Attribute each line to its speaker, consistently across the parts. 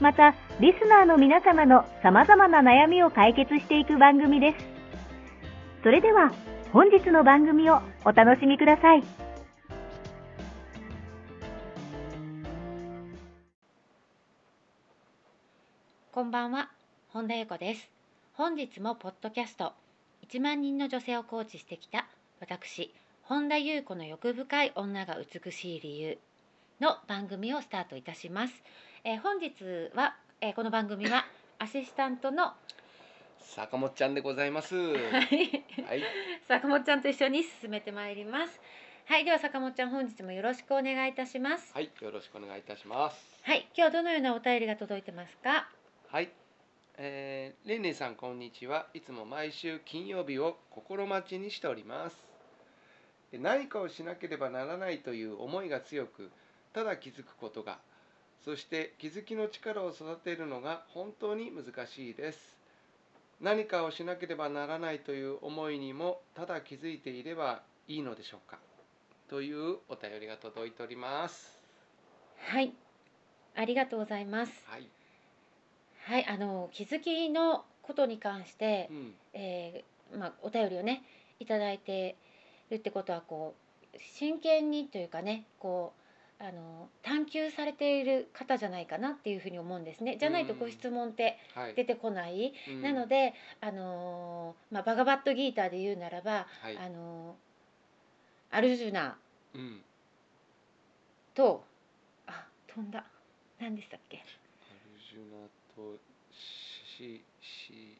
Speaker 1: また、リスナーの皆様の様々な悩みを解決していく番組です。それでは、本日の番組をお楽しみください。
Speaker 2: こんばんは、本田裕子です。本日もポッドキャスト1万人の女性をコーチしてきた私、本田裕子の欲深い女が美しい理由の番組をスタートいたします。えー本日は、えーこの番組 はアシスタントの、は、
Speaker 3: 坂本ちゃんでございます。はいい、
Speaker 2: 坂本ちゃんと一緒に進めてまいります。はい、では坂本ちゃん本日もよろしくお願いいたします。
Speaker 3: はい、よろしくお願いいたします。
Speaker 2: はい、今日はどのようなお便りが届いてますか。
Speaker 3: はい、えー、レンレンさんこんにちは。いつも毎週金曜日を心待ちにしております。え何かをしなければならないという思いが強く、ただ気づくことが、そして気づきの力を育てるのが本当に難しいです。何かをしなければならないという思いにもただ気づいていればいいのでしょうかというお便りが届いております。
Speaker 2: はい、ありがとうございます。
Speaker 3: はい、
Speaker 2: はい、あの気づきのことに関して
Speaker 3: う、ん、
Speaker 2: えーまあ、お便りをねいただいてるってことはこう真剣にというかねこうあの探求されている方じゃないかなっていうふうに思うんですねじゃないと
Speaker 3: うん
Speaker 2: ご質問って
Speaker 3: はい。
Speaker 2: 出てこない、
Speaker 3: うん
Speaker 2: なので、あのーまあ、バガバットギーターで言うならば、
Speaker 3: はい、
Speaker 2: あのーアルジュナ
Speaker 3: うん、
Speaker 2: とあ飛んだ何でしたっけ
Speaker 3: アルジュナとしし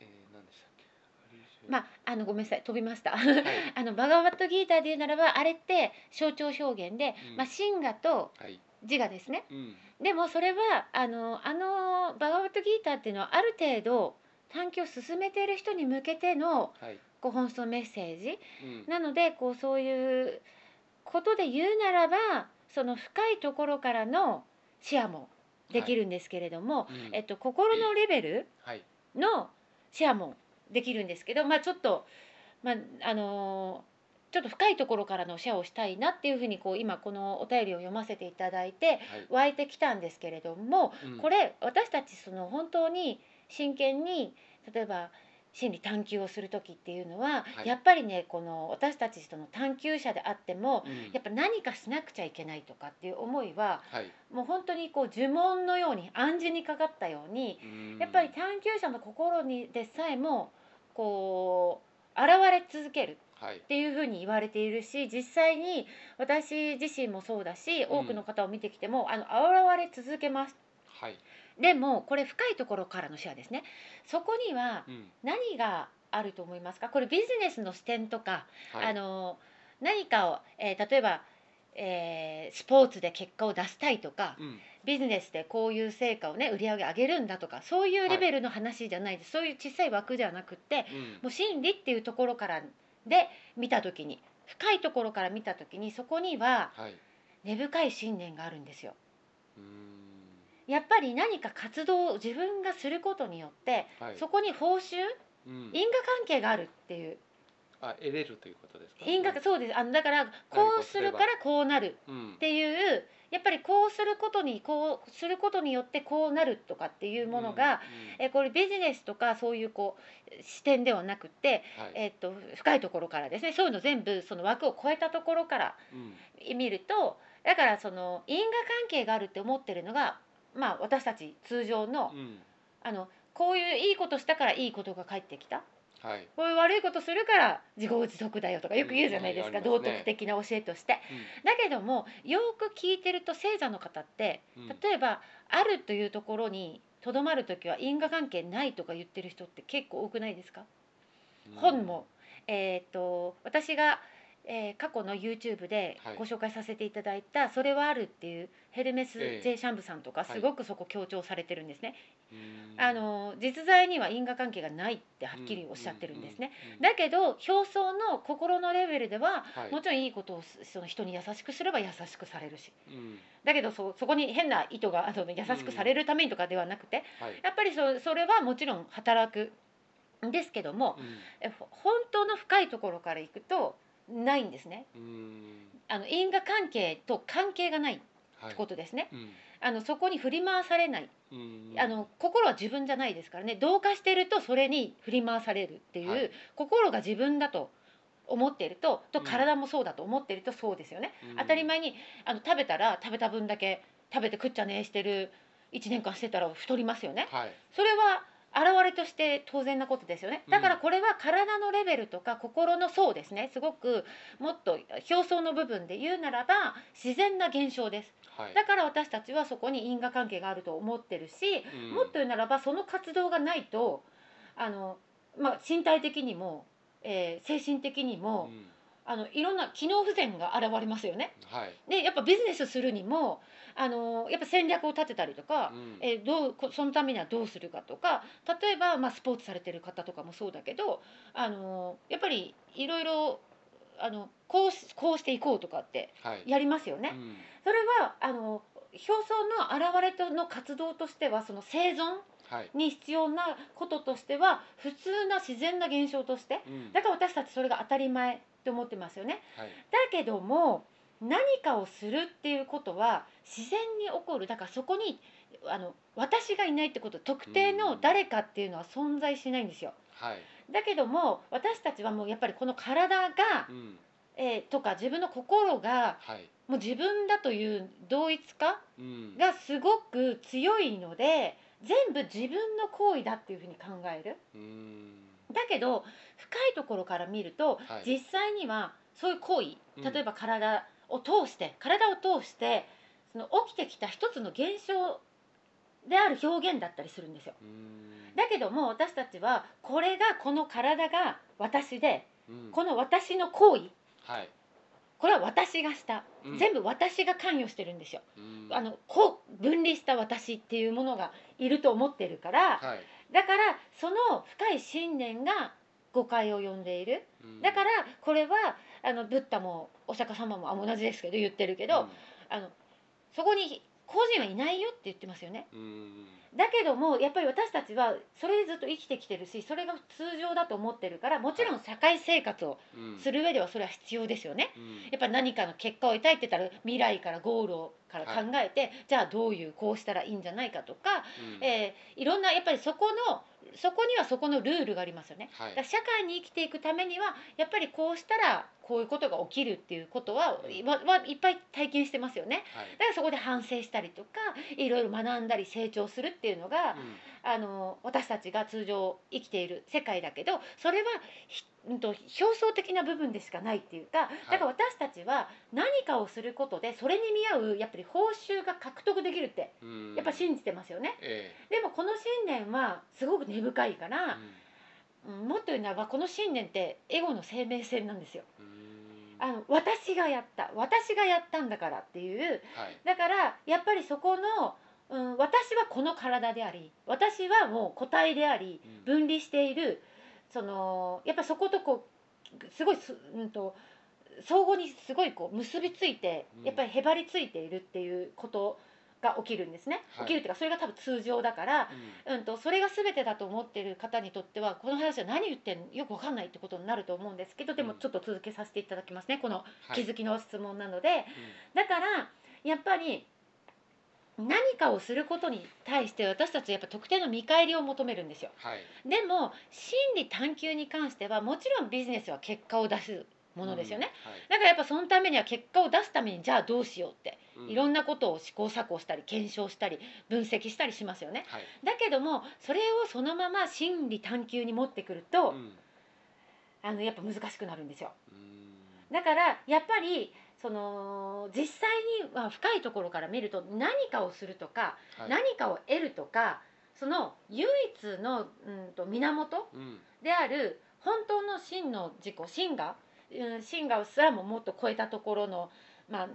Speaker 3: えー、何でしたっけアルジュナ
Speaker 2: まあ、あのごめんなさい飛びました、
Speaker 3: い
Speaker 2: あのバガバットギーターで言うならばあれって象徴表現で、
Speaker 3: うん
Speaker 2: まあ、神我と
Speaker 3: はい、
Speaker 2: 自我ですね
Speaker 3: うん、
Speaker 2: でもそれはあのあのバガバットギーターっていうのはある程度探求を進めている人に向けての
Speaker 3: はい、
Speaker 2: こう本質のメッセージ
Speaker 3: うん、
Speaker 2: なのでこうそういうことで言うならばその深いところからの視野もできるんですけれども、
Speaker 3: うん
Speaker 2: えっと、心のレベル、
Speaker 3: はい、
Speaker 2: のシェアもできるんですけど、まあ、ちょっと、まああのーちょっと深いところからのシェアをしたいなっていうふうにこう今このお便りを読ませていただいて
Speaker 3: はい、
Speaker 2: 湧いてきたんですけれども
Speaker 3: うん
Speaker 2: これ私たちその本当に真剣に例えば心理探求をする時っていうのは、
Speaker 3: はい
Speaker 2: やっぱりねこの私たちその探求者であっても
Speaker 3: うん、
Speaker 2: やっぱ何かしなくちゃいけないとかっていう思いは
Speaker 3: はい、
Speaker 2: もう本当にこう呪文のように暗示にかかったようにやっぱり
Speaker 3: うん
Speaker 2: 探求者の心にでさえもこう現れ続ける
Speaker 3: はい
Speaker 2: っ、ていうふうに言われているし実際に私自身もそうだし多くの方を見てきても、あの現れ続けます
Speaker 3: はい、
Speaker 2: でもこれ深いところからの視野ですねそこには
Speaker 3: うん、
Speaker 2: 何があると思いますかこれビジネスの視点とか、
Speaker 3: はい、
Speaker 2: あの何かを、えー例えば、えースポーツで結果を出したいとか、
Speaker 3: うん、
Speaker 2: ビジネスでこういう成果をね売り上げ上げるんだとかそういうレベルの話じゃないです、そういう小さい枠じゃなくって
Speaker 3: うん、
Speaker 2: もう心理っていうところからで見た時に深いところから見た時にそこには
Speaker 3: はい、
Speaker 2: 根深い信念があるんですよ。
Speaker 3: うーん、
Speaker 2: やっぱり何か活動を自分がすることによって、
Speaker 3: はい、
Speaker 2: そこに報酬
Speaker 3: うん、
Speaker 2: 因果関係があるっていう
Speaker 3: あ、得れるということですか。
Speaker 2: 因果そうですあのだからこうするからこうなる
Speaker 3: うん、うん
Speaker 2: っ、ていうやっぱりこうすることにこうすることによってこうなるとかっていうものが、
Speaker 3: うん、
Speaker 2: えこれビジネスとかそういうこう視点ではなくて、
Speaker 3: はい、
Speaker 2: えっと深いところからですねそういうの全部その枠を超えたところから
Speaker 3: うん、
Speaker 2: 見るとだからその因果関係があるって思ってるのが、まあ、私たち通常の,、
Speaker 3: うん
Speaker 2: あのこういういいことしたからいいことが返ってきた
Speaker 3: はい
Speaker 2: こういう悪いことするから自業自得だよとかよく言うじゃないですか、
Speaker 3: うんは
Speaker 2: 道
Speaker 3: いありますね
Speaker 2: 徳的な教えとして。だけどもよく聞いてると聖者の方って
Speaker 3: うんうん
Speaker 2: 例えばあるというところにとどまる時は因果関係ないとか言ってる人って結構多くないですか、
Speaker 3: うん
Speaker 2: 本も、えー、と私が、えー過去の YouTube で
Speaker 3: はい
Speaker 2: ご紹介させていただいた「それはある」っていうヘルメス・ジ
Speaker 3: ええ
Speaker 2: ェイ・シャンブさんとか
Speaker 3: はい
Speaker 2: すごくそこ強調されてるんですね、
Speaker 3: うん
Speaker 2: あの実在には因果関係がないってはっきりおっしゃってるんですね、
Speaker 3: うん
Speaker 2: だけど表層の心のレベルでは
Speaker 3: はい
Speaker 2: もちろんいいことをすその人に優しくすれば優しくされるし
Speaker 3: うん
Speaker 2: だけどそそこに変な意図があの優しくされるためにとかではなくて、
Speaker 3: はい
Speaker 2: やっぱりそそれはもちろん働くんですけども、えほ本当の深いところからいくとないんですね
Speaker 3: うんうん
Speaker 2: あの因果関係と関係がないって
Speaker 3: はい
Speaker 2: ことですね、
Speaker 3: うん
Speaker 2: あのそこに振り回されない、
Speaker 3: うん
Speaker 2: あの心は自分じゃないですからね同化してるとそれに振り回されるっていう、
Speaker 3: はい
Speaker 2: 心が自分だと思っているとと
Speaker 3: うん
Speaker 2: 体もそうだと思っているとそうですよね、
Speaker 3: うん
Speaker 2: 当たり前にあの食べたら食べた分だけ食べて食っちゃねえしてる1年間してたら太りますよね
Speaker 3: はい
Speaker 2: それは現れとして当然なことですよねだから
Speaker 3: うん
Speaker 2: これは体のレベルとか心の層ですねすごくもっと表層の部分で言うならば自然な現象です
Speaker 3: はい
Speaker 2: だから私たちはそこに因果関係があると思ってるし
Speaker 3: うん
Speaker 2: もっと言うならばその活動がないとあの、まあ、身体的にも、えー精神的にも
Speaker 3: うん
Speaker 2: あのいろんな機能不全が現れますよね。
Speaker 3: はい
Speaker 2: でやっぱビジネスするにもあのやっぱ戦略を立てたりとか、
Speaker 3: うん
Speaker 2: えーどうこそのためにはどうするかとか例えば、まあ、スポーツされてる方とかもそうだけどあのやっぱりいろいろあのこうしこうしていこうとかって
Speaker 3: はい
Speaker 2: やりますよね。
Speaker 3: うん
Speaker 2: それはあの表層の現れとの活動としてはその生存
Speaker 3: はい
Speaker 2: に必要なこととしては普通な自然な現象として
Speaker 3: うん
Speaker 2: だから私たちそれが当たり前って思ってますよね。
Speaker 3: はい
Speaker 2: だけども何かをするっていうことは自然に起こるだからそこにあの私がいないってこと特定の誰かっていうのは存在しないんですよ。
Speaker 3: はい
Speaker 2: だけども私たちはもうやっぱりこの体が、
Speaker 3: うん
Speaker 2: えーとか自分の心が
Speaker 3: はい
Speaker 2: もう自分だという同一化
Speaker 3: うん
Speaker 2: がすごく強いので全部自分の行為だっていうふうに考える。
Speaker 3: うん
Speaker 2: だけど深いところから見ると
Speaker 3: はい
Speaker 2: 実際にはそういう行
Speaker 3: う
Speaker 2: 為
Speaker 3: ん
Speaker 2: 例えば体を通して、体を通してその起きてきた一つの現象である表現だったりするんですよ。
Speaker 3: うん
Speaker 2: だけども私たちはこれがこの体が私で
Speaker 3: うん
Speaker 2: この私の行為
Speaker 3: はい
Speaker 2: これは私がした、
Speaker 3: うん
Speaker 2: 全部私が関与してるんですよ。
Speaker 3: うん
Speaker 2: あのこう分離した私っていうものがいると思ってるから
Speaker 3: はい
Speaker 2: だからその深い信念が誤解を呼んでいる
Speaker 3: うん
Speaker 2: だからこれはあのブッダもお釈迦様もあ同じですけど言ってるけど、あのそこに個人はいないよって言ってますよね
Speaker 3: うんうん
Speaker 2: だけどもやっぱり私たちはそれでずっと生きてきてるしそれが通常だと思ってるからもちろん社会生活を
Speaker 3: うん
Speaker 2: する上ではそれは必要ですよね。
Speaker 3: うん
Speaker 2: やっぱ何かの結果を得たいって言ったら未来からゴールをから考えて、じゃあどういうこうしたらいいんじゃないかとか、
Speaker 3: うん
Speaker 2: えーいろんなやっぱりそこのそこにはそこのルールがありますよね。
Speaker 3: は
Speaker 2: だ
Speaker 3: い
Speaker 2: から社会に生きていくためにはやっぱりこうしたらこういうことが起きるっていうことは、
Speaker 3: うん
Speaker 2: わはいっぱい体験してますよね。
Speaker 3: はい
Speaker 2: だからそこで反省したりとかいろいろ学んだり成長するっていうのが、
Speaker 3: うん
Speaker 2: あの私たちが通常生きている世界だけどそれはひうんと表層的な部分でしかないっていうかだから私たちは何かをすることでそれに見合うやっぱり報酬が獲得できるって
Speaker 3: うん
Speaker 2: やっぱ信じてますよね。
Speaker 3: え
Speaker 2: でもこの信念はすごく根深いか
Speaker 3: え
Speaker 2: ら、うんもっと言うならばこの信念ってエゴの生命線なんですよ。
Speaker 3: うん
Speaker 2: あの私がやった私がやったんだからっていう
Speaker 3: はい
Speaker 2: だからやっぱりそこの、うん、私はこの体であり私はもう個体であり
Speaker 3: うん
Speaker 2: 分離しているそのやっぱそことこうすごいす、うん、と相互にすごいこう結びついて
Speaker 3: うん
Speaker 2: やっぱりへばりついているっていうことが起きるんですね、
Speaker 3: はい
Speaker 2: 起きるっていうかそれが多分通常だから、
Speaker 3: うん
Speaker 2: うん、とそれが全てだと思っている方にとってはこの話は何言ってんのよくわかんないってことになると思うんですけどでも
Speaker 3: うん
Speaker 2: ちょっと続けさせていただきますねこの
Speaker 3: はい
Speaker 2: 気づきの質問なので、
Speaker 3: うん
Speaker 2: だからやっぱり何かをすることに対して私たちはやっぱ特定の見返りを求めるんですよ
Speaker 3: はい
Speaker 2: でも心理探求に関してはもちろんビジネスは結果を出すものですよね、
Speaker 3: うん。
Speaker 2: だからやっぱそのためには結果を出すためにじゃあどうしようって
Speaker 3: はい
Speaker 2: いろ
Speaker 3: な、
Speaker 2: んなことを試行錯誤したり検証したり分析したりしますよね。
Speaker 3: はい
Speaker 2: だけどもそれをそのまま真理探求に持ってくると、
Speaker 3: うん
Speaker 2: あのやっぱ難しくなるんですよ。
Speaker 3: うん
Speaker 2: だからやっぱりその実際には深いところから見ると何かをするとか、
Speaker 3: はい
Speaker 2: 何かを得るとかその唯一の、うん、と源
Speaker 3: うん
Speaker 2: である本当の真の自己真我、うん、真我すらももっと超えたところのまあ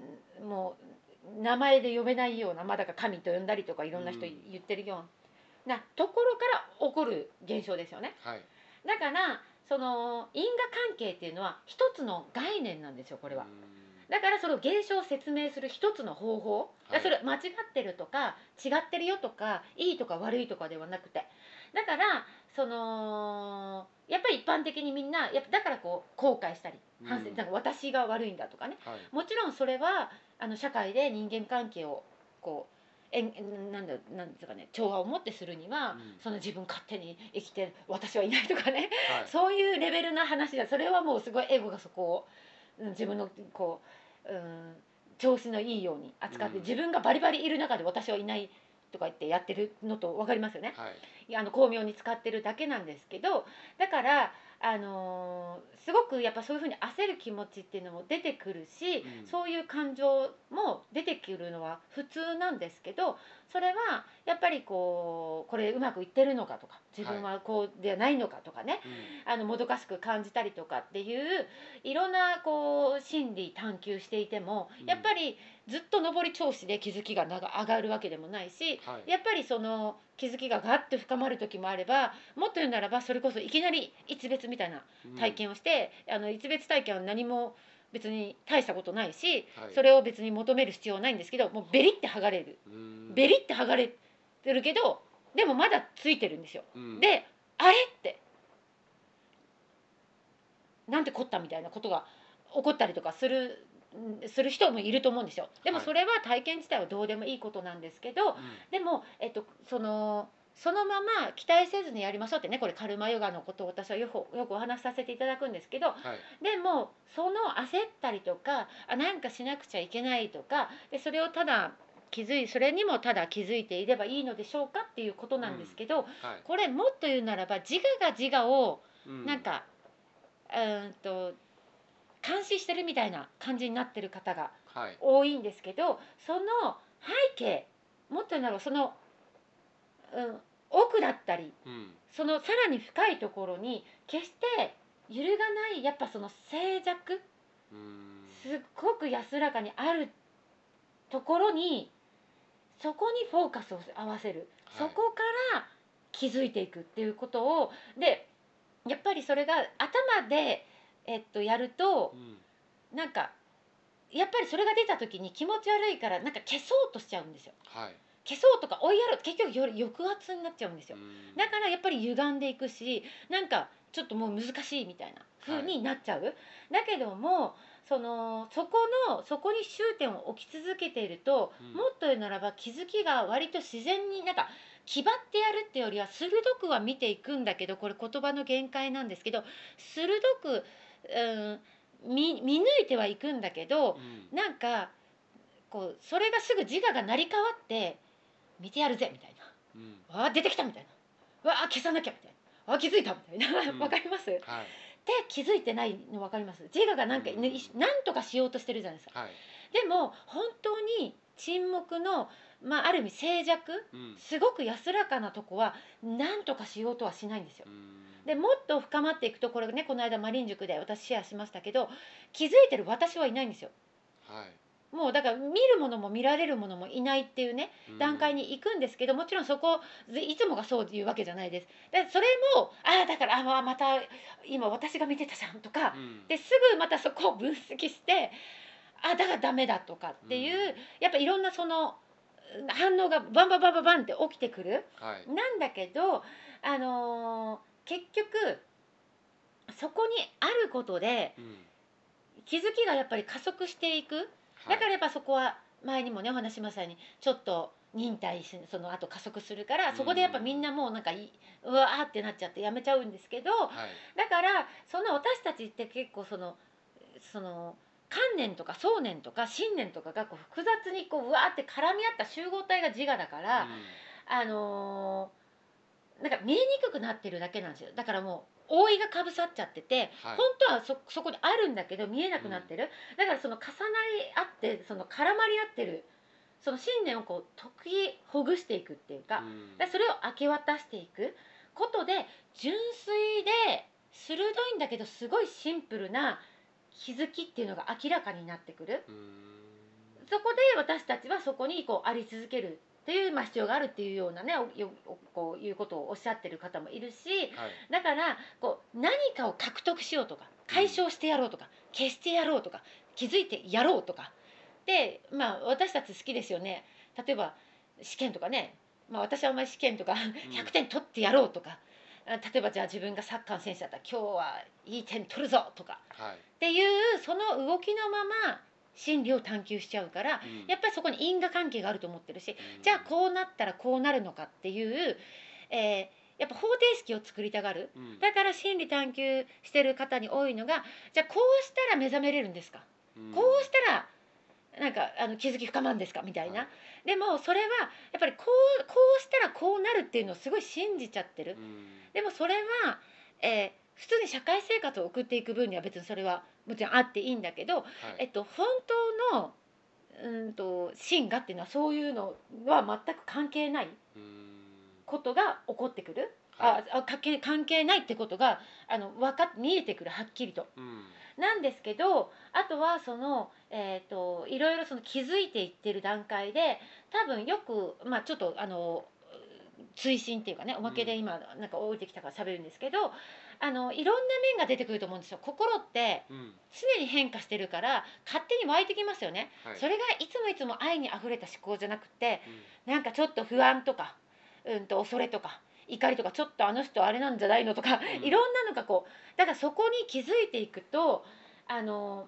Speaker 2: もう名前で呼べないようなまあだから神と呼んだりとかいろんな人
Speaker 3: うん
Speaker 2: 言ってるようなところから起こる現象ですよね。
Speaker 3: はい
Speaker 2: だからその因果関係っていうのは一つの概念なんですよこ
Speaker 3: こ
Speaker 2: れは。だからその現象を説明する一つの方法、
Speaker 3: はい
Speaker 2: それ間違ってるとか違ってるよとかいいとか悪いとかではなくてだからそのやっぱり一般的にみんなやっぱだからこう後悔したり
Speaker 3: うん
Speaker 2: 反省、なんか私が悪いんだとかね
Speaker 3: はい
Speaker 2: もちろんそれはあの社会で人間関係をこうえんなんだなんですかね調和を持ってするには、
Speaker 3: うん
Speaker 2: その自分勝手に生きて私はいないとかね
Speaker 3: はい
Speaker 2: そういうレベルの話だそれはもうすごいエゴがそこをうん自分のこう、うん、調子のいいように扱って、
Speaker 3: うん
Speaker 2: 自分がバリバリいる中で私はいないとか言ってやってるのと分かりますよね
Speaker 3: はい
Speaker 2: いやあの巧妙に使ってるだけなんですけどだから、あのーすごくやっぱそういうふうに焦る気持ちっていうのも出てくるし、
Speaker 3: うん
Speaker 2: そういう感情も出てくるのは普通なんですけどそれはやっぱりこうこれうまくいってるのかとか自分はこうではないのかとかね、
Speaker 3: うん
Speaker 2: あのもどかしく感じたりとかっていういろんなこう心理探求していても
Speaker 3: うん
Speaker 2: やっぱりずっと上り調子で気づきがなが上がるわけでもないし
Speaker 3: はい
Speaker 2: やっぱりその気づきがガッと深まる時もあればもっと言うならばそれこそいきなり一別みたいな体験をして、あの一別体験は何も別に大したことないし、
Speaker 3: うんはい
Speaker 2: それを別に求める必要はないんですけどもうベリって剥がれる
Speaker 3: うん
Speaker 2: ベリって剥がれてるけどでもまだついてるんですよ。
Speaker 3: うん
Speaker 2: であれってなんてこったみたいなことが起こったりとかするんする人もいると思うんですよでも
Speaker 3: はい
Speaker 2: それは体験自体はどうでもいいことなんですけど
Speaker 3: うん
Speaker 2: でも、えっと、そのそのまま期待せずにやりましょうってねこれカルマヨガのことを私はよくよくお話しさせていただくんですけど
Speaker 3: はい
Speaker 2: でもその焦ったりとかあなんかしなくちゃいけないとかでそれをただ気づいそれにもただ気づいていればいいのでしょうかっていうことなんですけど、
Speaker 3: はい
Speaker 2: これもっと言うならば自我が自我を
Speaker 3: う
Speaker 2: なんか、うーんと監視してるみたいな感じになってる方が
Speaker 3: はい
Speaker 2: 多いんですけどその背景もっと言うならばその、うん、奥だったり
Speaker 3: うん
Speaker 2: そのさらに深いところに決して揺るがないやっぱその静寂
Speaker 3: うん
Speaker 2: すっごく安らかにあるところにそこにフォーカスを合わせる、
Speaker 3: は
Speaker 2: そ
Speaker 3: い
Speaker 2: こから気づいていくっていうことをでやっぱりそれが頭で、えっと、やると
Speaker 3: うん
Speaker 2: なんかやっぱりそれが出た時に気持ち悪いからなんか消そうとしちゃうんですよ
Speaker 3: はい
Speaker 2: 消そうとか追いやろう結局より抑圧になっちゃうんですよ
Speaker 3: うん
Speaker 2: だからやっぱり歪んでいくしなんかちょっともう難しいみたいな風になっちゃう、だけどもそのそこのそこに終点を置き続けていると、
Speaker 3: うん
Speaker 2: もっと言うならば気づきが割と自然になんか気張ってやるってよりは鋭くは見ていくんだけどこれ言葉の限界なんですけど鋭く、うん、見見抜いてはいくんだけど
Speaker 3: うん
Speaker 2: なんかこうそれがすぐ自我が成り代わって見てやるぜみたいな。
Speaker 3: うん
Speaker 2: わあ出てきたみたいなわあ消さなきゃみたいなわあ気づいたみたいな、
Speaker 3: う ん
Speaker 2: わかりますで
Speaker 3: はい
Speaker 2: 気づいてないのわかります自我がなんか、
Speaker 3: うん
Speaker 2: ね、なんとかしようとしてるじゃないですか
Speaker 3: はい
Speaker 2: でも本当に沈黙の、まあ、ある意味静寂
Speaker 3: うん
Speaker 2: すごく安らかなとこはなんとかしようとはしないんですよ
Speaker 3: うん
Speaker 2: でもっと深まっていくところねこの間マリン塾で私シェアしましたけど気づいてる私はいないんですよ
Speaker 3: はい
Speaker 2: もうだから見るものも見られるものもいないっていうね段階に行くんですけどもちろんそこずいつもがそういうわけじゃないです。でそれもああだからあまあまた今私が見てたじゃんとか
Speaker 3: うん
Speaker 2: ですぐまたそこを分析してああだからダメだとかっていう、
Speaker 3: うん
Speaker 2: やっぱいろんなそのうん反応がバンバンバンバンバンって起きてくる。
Speaker 3: はい
Speaker 2: なんだけど、あのー結局そこにあることで
Speaker 3: うん
Speaker 2: 気づきがやっぱり加速していく。
Speaker 3: はい
Speaker 2: だからやっぱそこは前にもねお話ししましたようにちょっと忍耐しその後加速するからそこでやっぱみんなもうなんかいうわーってなっちゃってやめちゃうんですけど
Speaker 3: はい
Speaker 2: だからその私たちって結構そのその観念とか想念とか信念とかがこう複雑にこううわーって絡み合った集合体が自我だから、あのーなんか見えにくくなってるだけなんですよだからもう覆いがかぶさっちゃってて、
Speaker 3: は
Speaker 2: 本
Speaker 3: い
Speaker 2: 当はそそこにあるんだけど見えなくなってる、だからその重なり合ってその絡まり合ってるその信念をこう解きほぐしていくっていうか,、
Speaker 3: うん
Speaker 2: だからそれを明け渡していくことで純粋で鋭いんだけどすごいシンプルな気づきっていうのが明らかになってくる
Speaker 3: うん
Speaker 2: そこで私たちはそこにこうあり続けるっていう、まあ、必要があるっていうようなねおよおこういうことをおっしゃってる方もいるし
Speaker 3: はい
Speaker 2: だからこう何かを獲得しようとか解消してやろうとか消してやろうとか気づいてやろうとかでまあ私たち好きですよね例えば試験とかね、まあ、私はあんまり試験とか100点取ってやろうとか、あ例えばじゃあ自分がサッカーの選手だったら今日はいい点取るぞとか
Speaker 3: はい
Speaker 2: っていうその動きのまま真理を探求しちゃうから
Speaker 3: うん
Speaker 2: やっぱりそこに因果関係があると思ってるし
Speaker 3: うん
Speaker 2: じゃあこうなったらこうなるのかっていう、えーやっぱ方程式を作りたがる
Speaker 3: うん
Speaker 2: だから心理探求してる方に多いのがじゃあこうしたら目覚めれるんですか、
Speaker 3: うん
Speaker 2: こうしたらなんかあの気づき深まるんですかみたいな、
Speaker 3: は
Speaker 2: でもそれはやっぱりこうこうしたらこうなるっていうのをすごい信じちゃってる、
Speaker 3: うん
Speaker 2: でもそれは、えー普通に社会生活を送っていく分には別にそれはもちろんあっていいんだけど、
Speaker 3: はい
Speaker 2: えっと、本当のうんと真がっていうのはそういうのは全く関係ない
Speaker 3: うん
Speaker 2: ことが起こってくる、
Speaker 3: はい
Speaker 2: ああかけ関係ないってことがあのわか見えてくるはっきりと。
Speaker 3: うん
Speaker 2: なんですけどあとはその、えー、といろいろその気づいていってる段階で多分よく、まあ、ちょっとあの追伸っていうかねおまけで
Speaker 3: うん
Speaker 2: 今なんか置いてきたから喋るんですけど、あのいろんな面が出てくると思うんですよ。心って
Speaker 3: うん
Speaker 2: 常に変化してるから勝手に湧いてきますよね。
Speaker 3: はい
Speaker 2: それがいつもいつも愛にあふれた思考じゃなくて、
Speaker 3: うん
Speaker 2: なんかちょっと不安とか、うん、と恐れとか怒りとかちょっとあの人あれなんじゃないのとか、
Speaker 3: うん
Speaker 2: いろんなのがこうだからそこに気づいていくとあの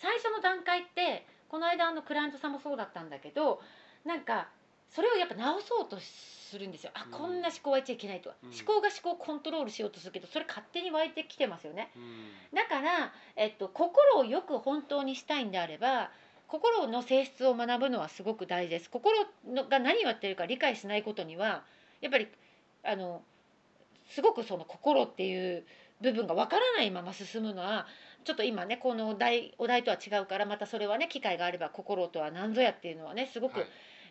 Speaker 2: 最初の段階ってこの間あのクライアントさんもそうだったんだけどなんかそれをやっぱ直そうとするんですよあ
Speaker 3: うん
Speaker 2: こんな思考はいちゃいけないと、
Speaker 3: うん
Speaker 2: 思考が思考をコントロールしようとするけどそれ勝手に湧いてきてますよね。
Speaker 3: うん
Speaker 2: だから、えっと、心をよく本当にしたいんであれば心の性質を学ぶのはすごく大事です心のが何をやってるか理解しないことにはやっぱりあのすごくその心っていう部分がわからないまま進むのはちょっと今ねこのお題お題とは違うからまたそれはね機会があれば心とは何ぞやっていうのはねすご
Speaker 3: は
Speaker 2: く
Speaker 3: い